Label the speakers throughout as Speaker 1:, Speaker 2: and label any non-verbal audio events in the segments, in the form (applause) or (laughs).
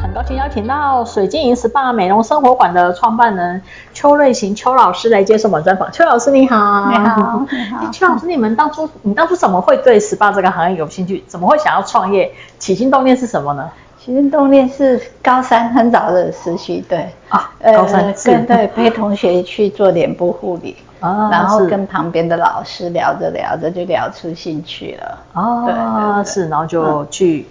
Speaker 1: 很高兴邀请到水晶银 SPA 美容生活馆的创办人邱瑞行邱老师来接受我们专访。邱老师你好，
Speaker 2: 你好，你好
Speaker 1: 哎。邱老师，你们当初你当初怎么会对 SPA 这个行业有兴趣？怎么会想要创业？起心动念是什么呢？
Speaker 2: 其实动念是高三很早的时期，对，
Speaker 1: 啊，
Speaker 2: 呃
Speaker 1: 高三，是
Speaker 2: 跟对陪同学去做脸部护理，
Speaker 1: 啊
Speaker 2: 然后
Speaker 1: 是
Speaker 2: 跟旁边的老师聊着聊着就聊出兴趣了。对
Speaker 1: 哦
Speaker 2: 对对嗯
Speaker 1: 是，然后就去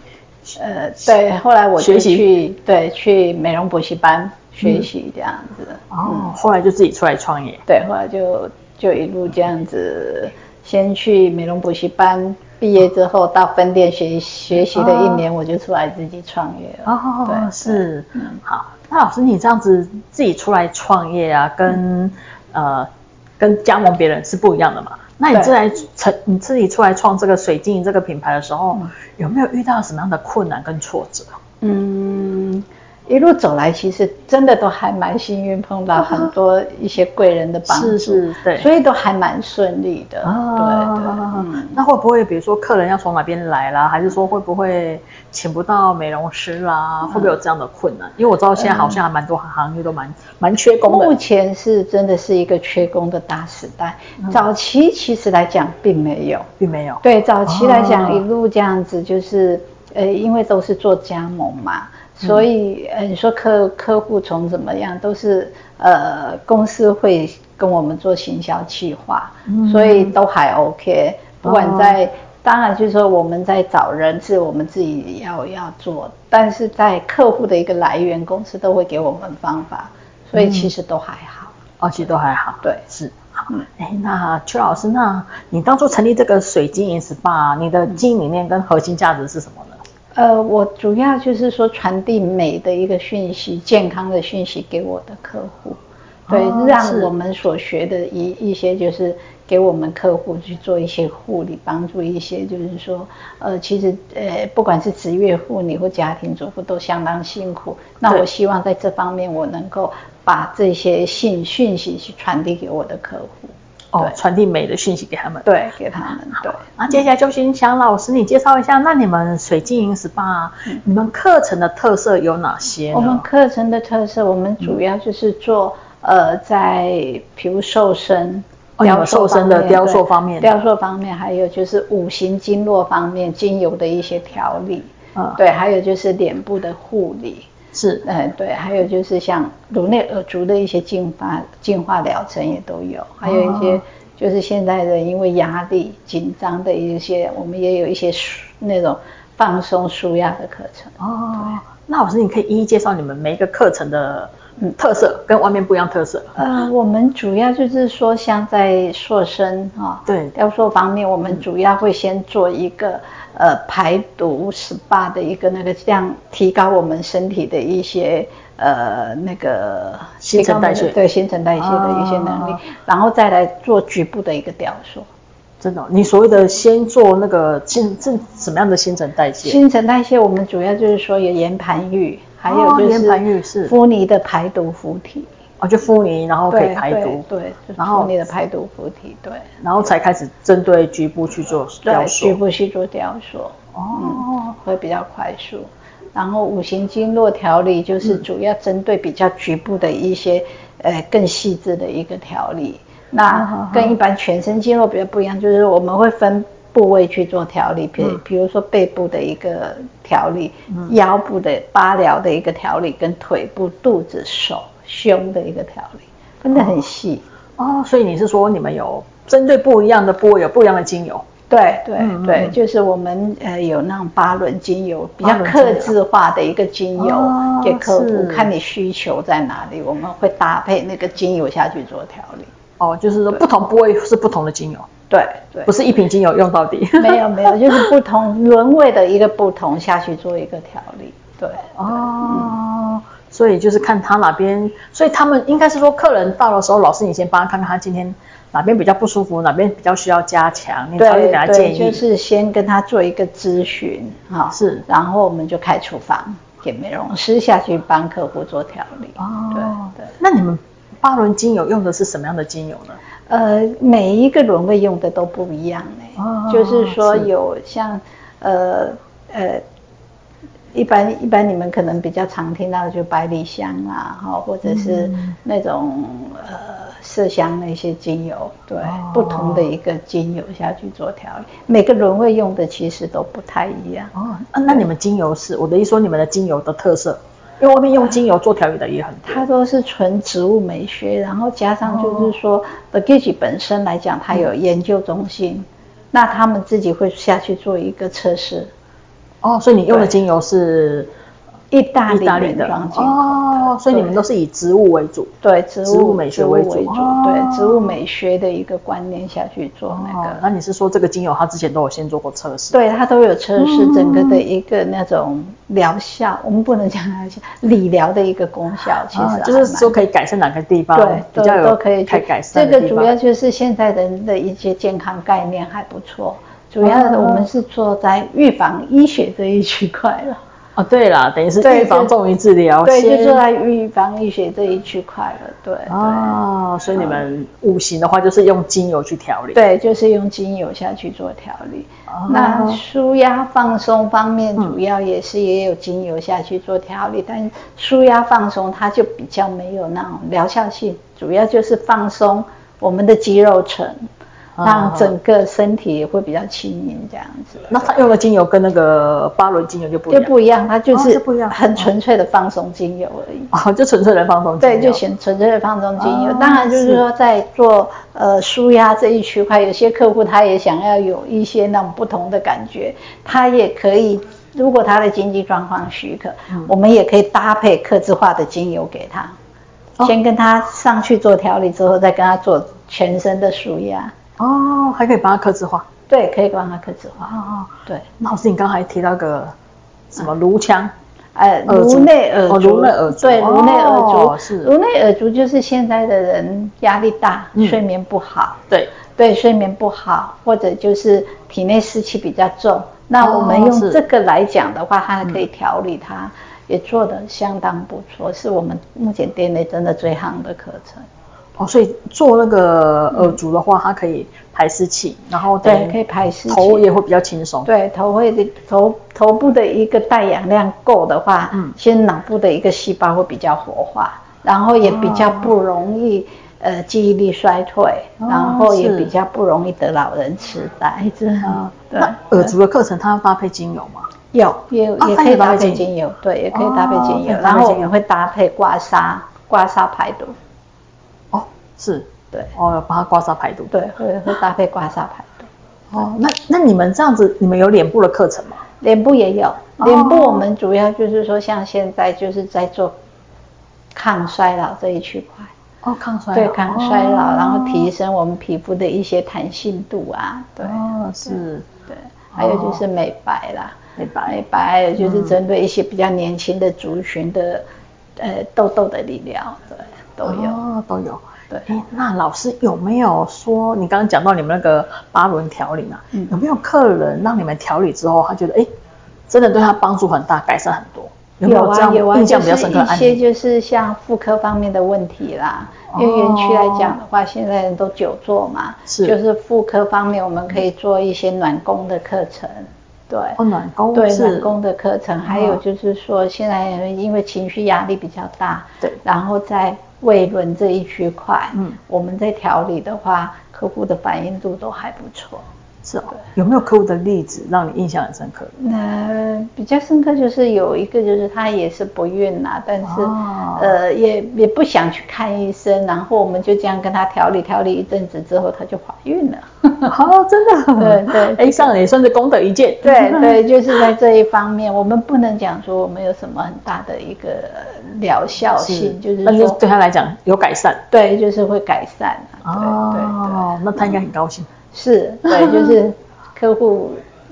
Speaker 2: 呃，对，后来我
Speaker 1: 学
Speaker 2: 就
Speaker 1: 习
Speaker 2: 去对去美容补习班学习这样子，嗯
Speaker 1: 哦，后来就自己出来创业。
Speaker 2: 对，后来就就一路这样子，先去美容补习班，毕业之后到分店学学习
Speaker 1: 啊
Speaker 2: 了一年，我就出来自己创业了。对嗯
Speaker 1: 哦，是，好。那老师，你这样子自己出来创业啊，跟、呃跟加盟别人是不一样的嘛？那你
Speaker 2: 对
Speaker 1: 自来成你自己出来创这个水晶这个品牌的时候，有没有遇到什么样的困难跟挫折？
Speaker 2: 嗯，一路走来，其实真的都还蛮幸运，碰到很多一些贵人的帮助，
Speaker 1: 是是对啊
Speaker 2: 所以都还蛮顺利
Speaker 1: 哦
Speaker 2: 的。对对，嗯，
Speaker 1: 那会不会比如说客人要从哪边来啦，还是说会不会请不到美容师啦？
Speaker 2: 嗯
Speaker 1: 会不会有这样的困难？因为我知道现在好像还蛮多行业都蛮蛮缺工
Speaker 2: 目
Speaker 1: 的。
Speaker 2: 前是真的是一个缺工的大时代，
Speaker 1: 嗯
Speaker 2: 早期其实来讲并没有，
Speaker 1: 并没有，
Speaker 2: 对，早期来讲
Speaker 1: 哦
Speaker 2: 一路这样子，就是呃，因为都是做加盟嘛，
Speaker 1: 嗯
Speaker 2: 所以呃，你说客客户从怎么样，都是呃，公司会跟我们做行销企划，
Speaker 1: 嗯
Speaker 2: 所以都还 OK。不管在、当然就是说我们在找人是我们自己要要做，但是在客户的一个来源，公司都会给我们方法，所以其实都还好。
Speaker 1: 哦，其实都还好。
Speaker 2: 对
Speaker 1: 是好。哎、那邱老师，那你当初成立这个水晶银 SPA，你
Speaker 2: 嗯
Speaker 1: 的经营理念跟核心价值是什么呢？
Speaker 2: 呃，我主要就是说传递美的一个讯息，健康的讯息给我的客户，对，
Speaker 1: 哦
Speaker 2: 让
Speaker 1: 是
Speaker 2: 我们所学的一一些就是给我们客户去做一些护理，帮助一些就是说，呃，其实呃，不管是职业妇女或家庭主妇都相当辛苦，那
Speaker 1: 对
Speaker 2: 我希望在这方面我能够把这些信讯息去传递给我的客户，
Speaker 1: 哦
Speaker 2: 对，
Speaker 1: 传递美的讯息给他们。。
Speaker 2: 对，给他们，对。
Speaker 1: 那接下来就请祥老师你介绍一下，那你们水晶银 SPA，、你
Speaker 2: 嗯
Speaker 1: 们课程的特色有哪些呢？
Speaker 2: 我们课程的特色，我们主要就是做、呃，在比如瘦身。
Speaker 1: 哦你们瘦身的
Speaker 2: 方面
Speaker 1: 雕塑
Speaker 2: 对
Speaker 1: 方面的
Speaker 2: 雕塑方面，还有就是五行经络方面精油的一些调理，
Speaker 1: 嗯
Speaker 2: 哦对，还有就是脸部的护理，
Speaker 1: 是
Speaker 2: 呃，对，还有就是像颅内耳足的一些净化净化疗程也都有，还有一
Speaker 1: 哦
Speaker 2: 些就是现代人因为压力紧张的一些，我们也有一些舒那种放松舒压的课程。
Speaker 1: 哦。那老师，你可以一一介绍你们每一个课程的
Speaker 2: 嗯
Speaker 1: 特色，跟外面不一样特色。
Speaker 2: 呃，我们主要就是说，像在塑身啊，
Speaker 1: 对
Speaker 2: 雕塑方面，我们主要会先做一个呃排毒 SPA 的一个那个，这样提高我们身体的一些呃那个
Speaker 1: 新陈代谢
Speaker 2: 提高我们的对新陈代谢的一些能力，
Speaker 1: 哦
Speaker 2: 然后再来做局部的一个雕塑。
Speaker 1: 真的哦、你所谓的先做那个新这什么样的新陈代谢？
Speaker 2: 新陈代谢，我们主要就是说有岩盘浴，还有
Speaker 1: 哦
Speaker 2: 就
Speaker 1: 岩盘浴是
Speaker 2: 是敷泥的排毒服体，
Speaker 1: 哦，就敷泥，然后可以排毒，
Speaker 2: 对，对对
Speaker 1: 然
Speaker 2: 就是
Speaker 1: 后
Speaker 2: 敷泥的排毒服体，对。
Speaker 1: 然后才开始针对局部去做雕
Speaker 2: 对，
Speaker 1: 塑。
Speaker 2: 局部去做雕塑，
Speaker 1: 哦，
Speaker 2: 会比较快速。然后五行经络调理就是主要针对比较局部的一些，呃，更细致的一个调理。那跟一般全身经络比较不一样，就是我们会分部位去做调理，比如比如说背部的一个调理，腰部的八髎的一个调理，跟腿部、肚子、手、胸的一个调理，分得很细。
Speaker 1: 哦，所以你是说你们有针对不一样的部位有不一样的精油？
Speaker 2: 对对
Speaker 1: 嗯嗯
Speaker 2: 对，
Speaker 1: 嗯
Speaker 2: 就是我们呃有那种八轮精油，比
Speaker 1: 八
Speaker 2: 较
Speaker 1: 轮精油
Speaker 2: 克制化的一个精
Speaker 1: 哦
Speaker 2: 油给客户
Speaker 1: 是，
Speaker 2: 看你需求在哪里，我们会搭配那个精油下去做调理。
Speaker 1: 哦，就是说不同部位是不同的精油，
Speaker 2: 对对
Speaker 1: 不，是 (laughs) 一瓶精油用到底。 (laughs)
Speaker 2: 没有没有，就是不同轮位的一个不同下去做一个调理。对，
Speaker 1: 哦，所以就是看他哪边，所以他们应该是说客人到的时候，老师你先帮他看看他今天哪边比较不舒服，哪边比较需要加强，你才会
Speaker 2: 对
Speaker 1: 给他建
Speaker 2: 对，
Speaker 1: 议。
Speaker 2: 就是先跟他做一个咨询，哈、
Speaker 1: 是
Speaker 2: 然后我们就开处方给美容师下去帮客户做调理。
Speaker 1: 哦，
Speaker 2: 对对。
Speaker 1: 那你们八轮精油用的是什么样的精油呢？
Speaker 2: 呃，每一个轮位用的都不一样呢、
Speaker 1: 哦
Speaker 2: 就是说
Speaker 1: 是
Speaker 2: 有像呃呃，一般一般你们可能比较常听到的就百里香啊，哈，或者是
Speaker 1: 嗯
Speaker 2: 那种、呃麝香那些精油，对，
Speaker 1: 哦
Speaker 2: 不同的一个精油下去做调理，每个轮位用的其实都不太一样。
Speaker 1: 哦，啊那你们精油是我的意思说你们的精油的特色，因为外面用精油做调理的也很多。
Speaker 2: 它都是纯植物美学，然后加
Speaker 1: 哦
Speaker 2: 上就是说 b a g a g e 本身来讲，它有研究中心，那他们自己会下去做一个测试。
Speaker 1: 哦，所以你用的
Speaker 2: 对
Speaker 1: 精油是
Speaker 2: 意大利
Speaker 1: 意大利的
Speaker 2: 原装进口的
Speaker 1: 哦，所以你们
Speaker 2: 对
Speaker 1: 都是以植物为主。
Speaker 2: 对植物
Speaker 1: 植物美学
Speaker 2: 植物
Speaker 1: 为
Speaker 2: 为
Speaker 1: 主
Speaker 2: 主，
Speaker 1: 哦
Speaker 2: 对植物美学的一个观念下去做那
Speaker 1: 哦
Speaker 2: 个，，
Speaker 1: 那你是说这个精油它之前都有先做过测试？
Speaker 2: 对它都有测试
Speaker 1: 嗯
Speaker 2: 整个的一个那种疗效，我们不能讲疗效，理疗的一个功效，其实、
Speaker 1: 啊，就是说。可以改善哪个地方，
Speaker 2: 对，
Speaker 1: 比较
Speaker 2: 都
Speaker 1: 有
Speaker 2: 都可以
Speaker 1: 可
Speaker 2: 去
Speaker 1: 以改善的
Speaker 2: 这个
Speaker 1: 地
Speaker 2: 主
Speaker 1: 方。
Speaker 2: 要就是现在人的一些健康概念还不错，主要
Speaker 1: 哦
Speaker 2: 的我们是做在预防医学这一区块了。
Speaker 1: 哦，对啦，等于是
Speaker 2: 对
Speaker 1: 预防
Speaker 2: 就
Speaker 1: 重于治疗，
Speaker 2: 对，
Speaker 1: 先
Speaker 2: 就做在预防医学这一区块了。对，
Speaker 1: 哦，所以你们五行的话就是用精油去调理。
Speaker 2: 对，对，就是用精油下去做调理。
Speaker 1: 哦嗯
Speaker 2: 那舒压放松方面，主要也是也有精油下去做调理，但舒压放松它就比较没有那种疗效性，主要就是放松我们的肌肉层，
Speaker 1: 哦
Speaker 2: 让整个身体会比较轻盈这样子。
Speaker 1: 那他用的精油跟那个八轮精油就不一
Speaker 2: 就
Speaker 1: 样，
Speaker 2: 不一样，它就
Speaker 1: 哦
Speaker 2: 是
Speaker 1: 就不一样
Speaker 2: 很纯粹的放松精油而已。
Speaker 1: 哦，就纯粹的放松精油。
Speaker 2: 对，就选纯粹的放松精油。
Speaker 1: 哦
Speaker 2: 当然，就是是说在做呃舒压这一区块，有些客户他也想要有一些那种不同的感觉，他也可以，如果他的经济状况许可，
Speaker 1: 嗯
Speaker 2: 我们也可以搭配客制化的精油给他，
Speaker 1: 哦
Speaker 2: 先跟他上去做调理之后，再跟他做全身的舒压。
Speaker 1: 哦，还可以帮他克制化。
Speaker 2: 对，可以帮他客制化。
Speaker 1: 哦，
Speaker 2: 对，
Speaker 1: 那老师，你刚才提到个什么颅腔？
Speaker 2: 呃，
Speaker 1: 耳
Speaker 2: 颅
Speaker 1: 烛
Speaker 2: 内耳
Speaker 1: 哦
Speaker 2: 烛，
Speaker 1: 颅内耳烛
Speaker 2: 对，颅内耳
Speaker 1: 哦
Speaker 2: 烛
Speaker 1: 是
Speaker 2: 颅内耳烛就是现在的人压力大，
Speaker 1: 嗯
Speaker 2: 睡眠不好，
Speaker 1: 对，
Speaker 2: 对，睡眠不好，或者就是体内湿气比较重。那我们
Speaker 1: 哦
Speaker 2: 用
Speaker 1: 是嗯
Speaker 2: 这个来讲的话，它可以调理它，也做得相当不错，是我们目前店内真的最夯的课程。
Speaker 1: 哦，所以做那个耳烛的话，它可以排湿气，然后等于
Speaker 2: 对可以排湿气
Speaker 1: 头也会比较轻松。
Speaker 2: 对，头会的头头部的一个带氧量够的话，
Speaker 1: 嗯
Speaker 2: 先脑部的一个细胞会比较活化，然后也比较不容易、呃记忆力衰退，
Speaker 1: 哦
Speaker 2: 然后也
Speaker 1: 是
Speaker 2: 比较不容易得老人痴呆这样。
Speaker 1: 啊，
Speaker 2: 对，
Speaker 1: 那耳烛的课程它要搭配精油吗？
Speaker 2: 有也
Speaker 1: 它
Speaker 2: 也可
Speaker 1: 也哦
Speaker 2: 以
Speaker 1: 搭
Speaker 2: 搭
Speaker 1: 配精
Speaker 2: 配精油，对，也可以搭配精油
Speaker 1: 哦，
Speaker 2: 然
Speaker 1: 可以搭配
Speaker 2: 后我
Speaker 1: 精油
Speaker 2: 们会搭配刮痧，刮痧排毒，
Speaker 1: 哦，是，
Speaker 2: 对
Speaker 1: 哦，帮它刮痧排毒。
Speaker 2: 对，会会搭配刮痧排毒。
Speaker 1: 哦，那那你们这样子，你们有脸部的课程吗？
Speaker 2: 脸部也有，
Speaker 1: 哦
Speaker 2: 脸部我们主要就是说，像现在就是在做抗衰老这一区块，
Speaker 1: 哦，抗衰
Speaker 2: 对抗衰老，
Speaker 1: 哦
Speaker 2: 然后提升我们皮肤的一些弹性度啊，对
Speaker 1: 哦，是
Speaker 2: 对，还有就是美白啦，
Speaker 1: 美白
Speaker 2: 美白，还有就是
Speaker 1: 嗯
Speaker 2: 针对一些比较年轻的族群的，呃，痘痘的理疗，对，都有，
Speaker 1: 哦，都有。
Speaker 2: 对。
Speaker 1: 哎，那老师有没有说，你刚刚讲到你们那个八轮调理嘛，
Speaker 2: 嗯
Speaker 1: 有没有客人让你们调理之后，他觉得哎，真的对他帮助很大，改善很多？有没有这
Speaker 2: 啊
Speaker 1: 样
Speaker 2: 有啊，
Speaker 1: 印象
Speaker 2: 就
Speaker 1: 比较
Speaker 2: 是
Speaker 1: 深刻的
Speaker 2: 一
Speaker 1: 案
Speaker 2: 些
Speaker 1: 例？哦
Speaker 2: 就是像妇科方面的问题啦。因为园区来讲的话，现在人都久坐嘛，
Speaker 1: 是
Speaker 2: 就是妇科方面，我们可以做一些暖宫的课程，对，
Speaker 1: 哦，暖宫
Speaker 2: 对
Speaker 1: 是嗯
Speaker 2: 暖宫的课程，还有就是说现在因为情绪压力比较大，
Speaker 1: 对
Speaker 2: 然后在胃轮这一区块，
Speaker 1: 嗯
Speaker 2: 嗯，我们在调理的话，客户的反应度都还不错。
Speaker 1: 是哦，有没有客户的例子让你印象很深
Speaker 2: (laughs)
Speaker 1: 刻的？
Speaker 2: 那比较深刻就是有一个，就是他也是不孕啦，但是、
Speaker 1: 哦
Speaker 2: 呃也也不想去看医生，然后我们就这样跟他调理调理一阵子之后，她就怀孕了。
Speaker 1: 哦，真的，
Speaker 2: 对对
Speaker 1: 哎，上也算是功德一件，
Speaker 2: 对 (laughs)
Speaker 1: (laughs)
Speaker 2: 对，就是在这一方面，我们不能讲说我们有什么很大的一个疗效性，就是
Speaker 1: 那就
Speaker 2: 说
Speaker 1: 对他来讲有改善。
Speaker 2: 对，就是会改善啊。对对对，
Speaker 1: 哦，那他应该很高兴。
Speaker 2: (laughs) 是，对，就是客户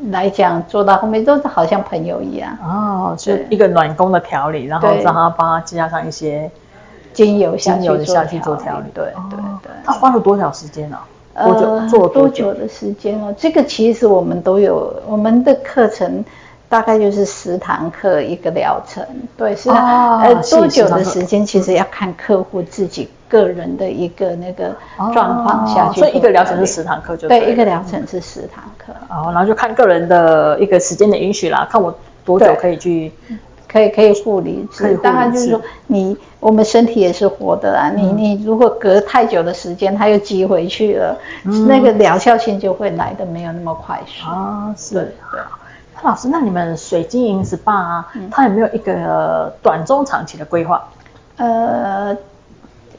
Speaker 2: 来讲做到后面都是好像朋友一样。
Speaker 1: 哦，就
Speaker 2: 对
Speaker 1: 一个暖宫的调理，然后
Speaker 2: 对
Speaker 1: 让他帮他加上一些
Speaker 2: (laughs) 精油下
Speaker 1: 精油
Speaker 2: 去
Speaker 1: 的
Speaker 2: 做
Speaker 1: 下去做
Speaker 2: 调
Speaker 1: 调
Speaker 2: 理
Speaker 1: 理，
Speaker 2: 对
Speaker 1: 哦
Speaker 2: 对对
Speaker 1: 那花了多少时间呢？多久做了
Speaker 2: 呃多
Speaker 1: 呃多久？
Speaker 2: 久的时间哦？这个其实我们都有，我们的课程大概就是十堂课一个疗程，对，是啊，
Speaker 1: 哦
Speaker 2: 呃，
Speaker 1: 是
Speaker 2: 多久
Speaker 1: 10堂
Speaker 2: 的
Speaker 1: 课
Speaker 2: 时间其实要看客户自己个人的一个那个
Speaker 1: 哦
Speaker 2: 状况下去做调理、
Speaker 1: 所以一个疗程是10堂课就对
Speaker 2: 对，
Speaker 1: 了
Speaker 2: 一个疗程是十堂课，
Speaker 1: 哦，然后就看个人的一个时间的允许啦，看我多久
Speaker 2: 对
Speaker 1: 可以去。
Speaker 2: 可以可以护理
Speaker 1: 可以
Speaker 2: 治
Speaker 1: 护，理
Speaker 2: 当然就是说
Speaker 1: 治
Speaker 2: 你我们身体也是活的啊，
Speaker 1: 嗯
Speaker 2: 你你如果隔太久的时间，它又积回去了，
Speaker 1: 嗯
Speaker 2: 那个疗效性就会来的没有那么快速。
Speaker 1: 啊，
Speaker 2: 对
Speaker 1: 是。那老师，那你们水晶银 SPA 啊，它有没有一个短中长期的规划？
Speaker 2: 呃，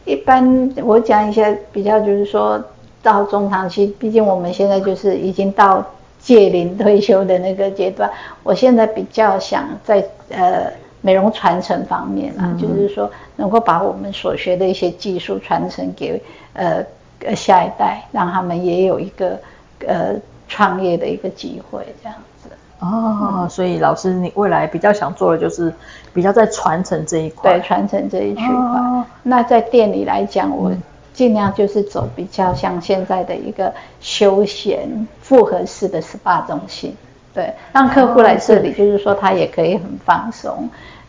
Speaker 2: 一般我讲一些比较，就是说到中长期，毕竟我们现在就是已经到届龄退休的那个阶段，我现在比较想在呃。美容传承方面啊，就是说能够把我们所学的一些技术传承给呃呃下一代，让他们也有一个呃创业的一个机会，这样子。
Speaker 1: 哦，所以老师，你未来比较想做的就是比较在传承这一块。
Speaker 2: 对，传承这一区块。
Speaker 1: 哦
Speaker 2: 那在店里来讲，我尽量就是走比较像现在的一个休闲复合式的 SPA 中心，对，让客户来这里，就是说他也可以很放松。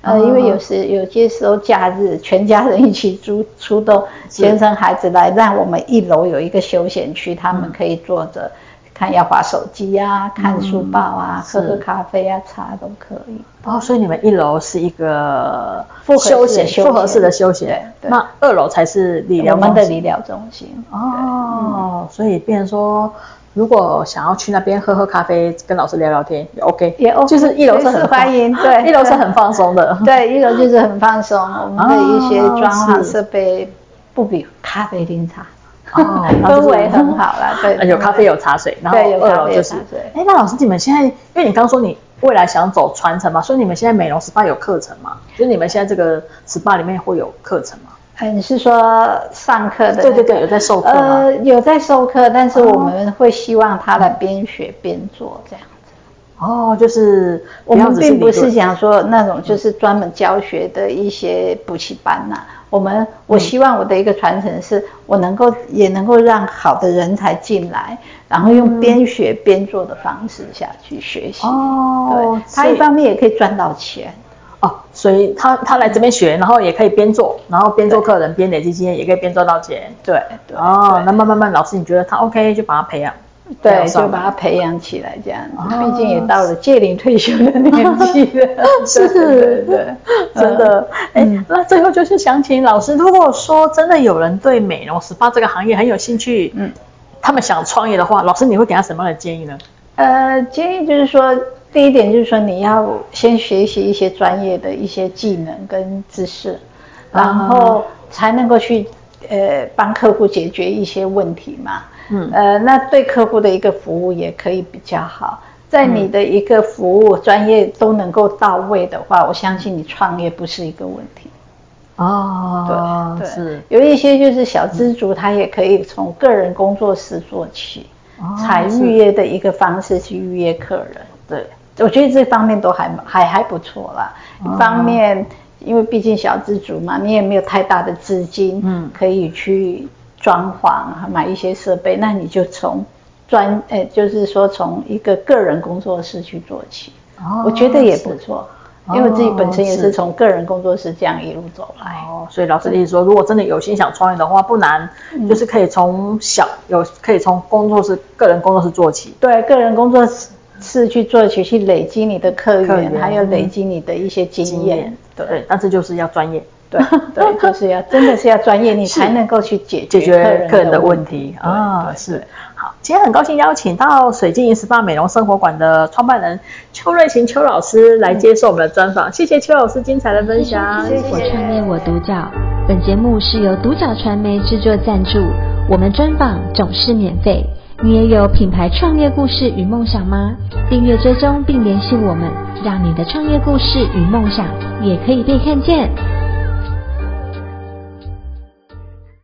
Speaker 2: 呃，因为有时有些时候假日全家人一起出出动，先生孩子来，让我们一楼有一个休闲区，他们可以坐着看要划手机呀、看书报啊、喝喝
Speaker 1: 是
Speaker 2: 咖啡啊、茶都可以。
Speaker 1: 哦，所以你们一楼是一个
Speaker 2: 复合式的
Speaker 1: 休闲、
Speaker 2: 休
Speaker 1: 复合
Speaker 2: 闲
Speaker 1: 式的休闲，
Speaker 2: 对对
Speaker 1: 那二楼才是理疗
Speaker 2: 我们
Speaker 1: 中
Speaker 2: 的嗯
Speaker 1: 心
Speaker 2: 理疗中心。
Speaker 1: 哦，所以变成说，如果想要去那边喝喝咖啡，跟老师聊聊天也，OK，
Speaker 2: 也 OK，
Speaker 1: 就是一楼是
Speaker 2: 随时
Speaker 1: 很
Speaker 2: 欢迎对
Speaker 1: (laughs) 一楼是很放松的，
Speaker 2: (laughs) 对，一楼就是很放松，我们的一些装潢
Speaker 1: 是
Speaker 2: 设备不比咖啡厅差，
Speaker 1: (laughs) 哦啊
Speaker 2: 氛围很好
Speaker 1: (laughs)
Speaker 2: 啦。对，
Speaker 1: 嗯有咖啡有茶水，然后
Speaker 2: 对有
Speaker 1: 二
Speaker 2: 咖
Speaker 1: 楼
Speaker 2: 啡
Speaker 1: 就
Speaker 2: 有
Speaker 1: 是
Speaker 2: 茶水，
Speaker 1: 哎，那老师你们现在，因为你刚说你未来想走传承嘛，所以你们现在美容 SPA 有课程吗？就是你们现在这个 SPA 里面会有课程吗？
Speaker 2: 呃，你是说上课的那
Speaker 1: 对对
Speaker 2: 个？
Speaker 1: 对，有在授课吗？
Speaker 2: 呃，有在授课，但是我们会希望他来边学边做这样。
Speaker 1: 哦，就是
Speaker 2: 我
Speaker 1: 要
Speaker 2: 们
Speaker 1: 只
Speaker 2: 并不
Speaker 1: 理
Speaker 2: 是
Speaker 1: 论
Speaker 2: 想说那种就是专门教学的一些补习班呐、我们我希望我的一个传承是我能够也能够让好的人才进来，然后用边学边做的方式下去学习。
Speaker 1: 嗯哦
Speaker 2: 对，，他
Speaker 1: 所
Speaker 2: 一
Speaker 1: 以
Speaker 2: 方面也可以赚到钱。
Speaker 1: 哦，所以他他来这边学，然后也可以边做，然后边做客人，边累积经验，也可以边赚到钱。
Speaker 2: 对对
Speaker 1: 哦，那慢慢慢，老师你觉得他 OK 就把他培养，培
Speaker 2: 对，
Speaker 1: 养上
Speaker 2: 就
Speaker 1: 来
Speaker 2: 把他培养起来这样子。毕竟也到了届龄退休的年纪 (laughs) 了，对对对对。
Speaker 1: 真的。哎、
Speaker 2: 嗯
Speaker 1: 那最后就是想请老师，如果说真的有人对美容 SPA 这个行业很有兴趣，
Speaker 2: 嗯，
Speaker 1: 他们想创业的话，老师你会给他什么样的建议呢？
Speaker 2: 呃，建议就是说，第一点就是说你要先学习一些专业的一些技能跟知识，然后才能够去呃帮客户解决一些问题嘛。
Speaker 1: 嗯
Speaker 2: 呃，那对客户的一个服务也可以比较好。
Speaker 1: 嗯
Speaker 2: 在你的一个服务专业都能够到位的
Speaker 1: 嗯
Speaker 2: 话，我相信你创业不是一个问题。
Speaker 1: 哦
Speaker 2: 对，
Speaker 1: 是，嗯
Speaker 2: 有一些就是小资族，他也可以从个人工作室做起，采
Speaker 1: 哦是
Speaker 2: 预约的一个方式去预约客人。
Speaker 1: 对，
Speaker 2: 我觉得这方面都还还还不错啦。
Speaker 1: 哦
Speaker 2: 一方面，因为毕竟小资族嘛，你也没有太大的资金，
Speaker 1: 嗯
Speaker 2: 可以去装潢、买一些设备，那你就从专，呃，就是说从一个个人工作室去做起，
Speaker 1: 哦
Speaker 2: 我觉得也不
Speaker 1: 是哦
Speaker 2: 错。因为我自己本身也是
Speaker 1: 是
Speaker 2: 从个人工作室这样一路走来，
Speaker 1: 哦，所以老师的意思说，如果真的有心想创业的话，不难，
Speaker 2: 嗯
Speaker 1: 就是可以从小有可以从工作室、个人工作室做起。
Speaker 2: 对个人工作室去做起，去累积你的客源，
Speaker 1: 客源
Speaker 2: 还有累积你的一些经验。
Speaker 1: 经验对，但是就是要专业
Speaker 2: 对 (laughs) 对，就是要真的是要专业，你才能够去解
Speaker 1: 解
Speaker 2: 决
Speaker 1: 决客人的问
Speaker 2: 问
Speaker 1: 题
Speaker 2: 对
Speaker 1: 啊，
Speaker 2: 对
Speaker 1: 是好。今天很高兴邀请到水晶银 SPA 美容生活馆的创办人邱瑞琴邱老师来接受我们的专访，谢谢邱老师精彩的分享，
Speaker 2: 谢谢
Speaker 3: 我创业我独角。本节目是由独角传媒制作赞助，我们专访总是免费。你也有品牌创业故事与梦想吗？订阅追踪并联系我们，让你的创业故事与梦想也可以被看见。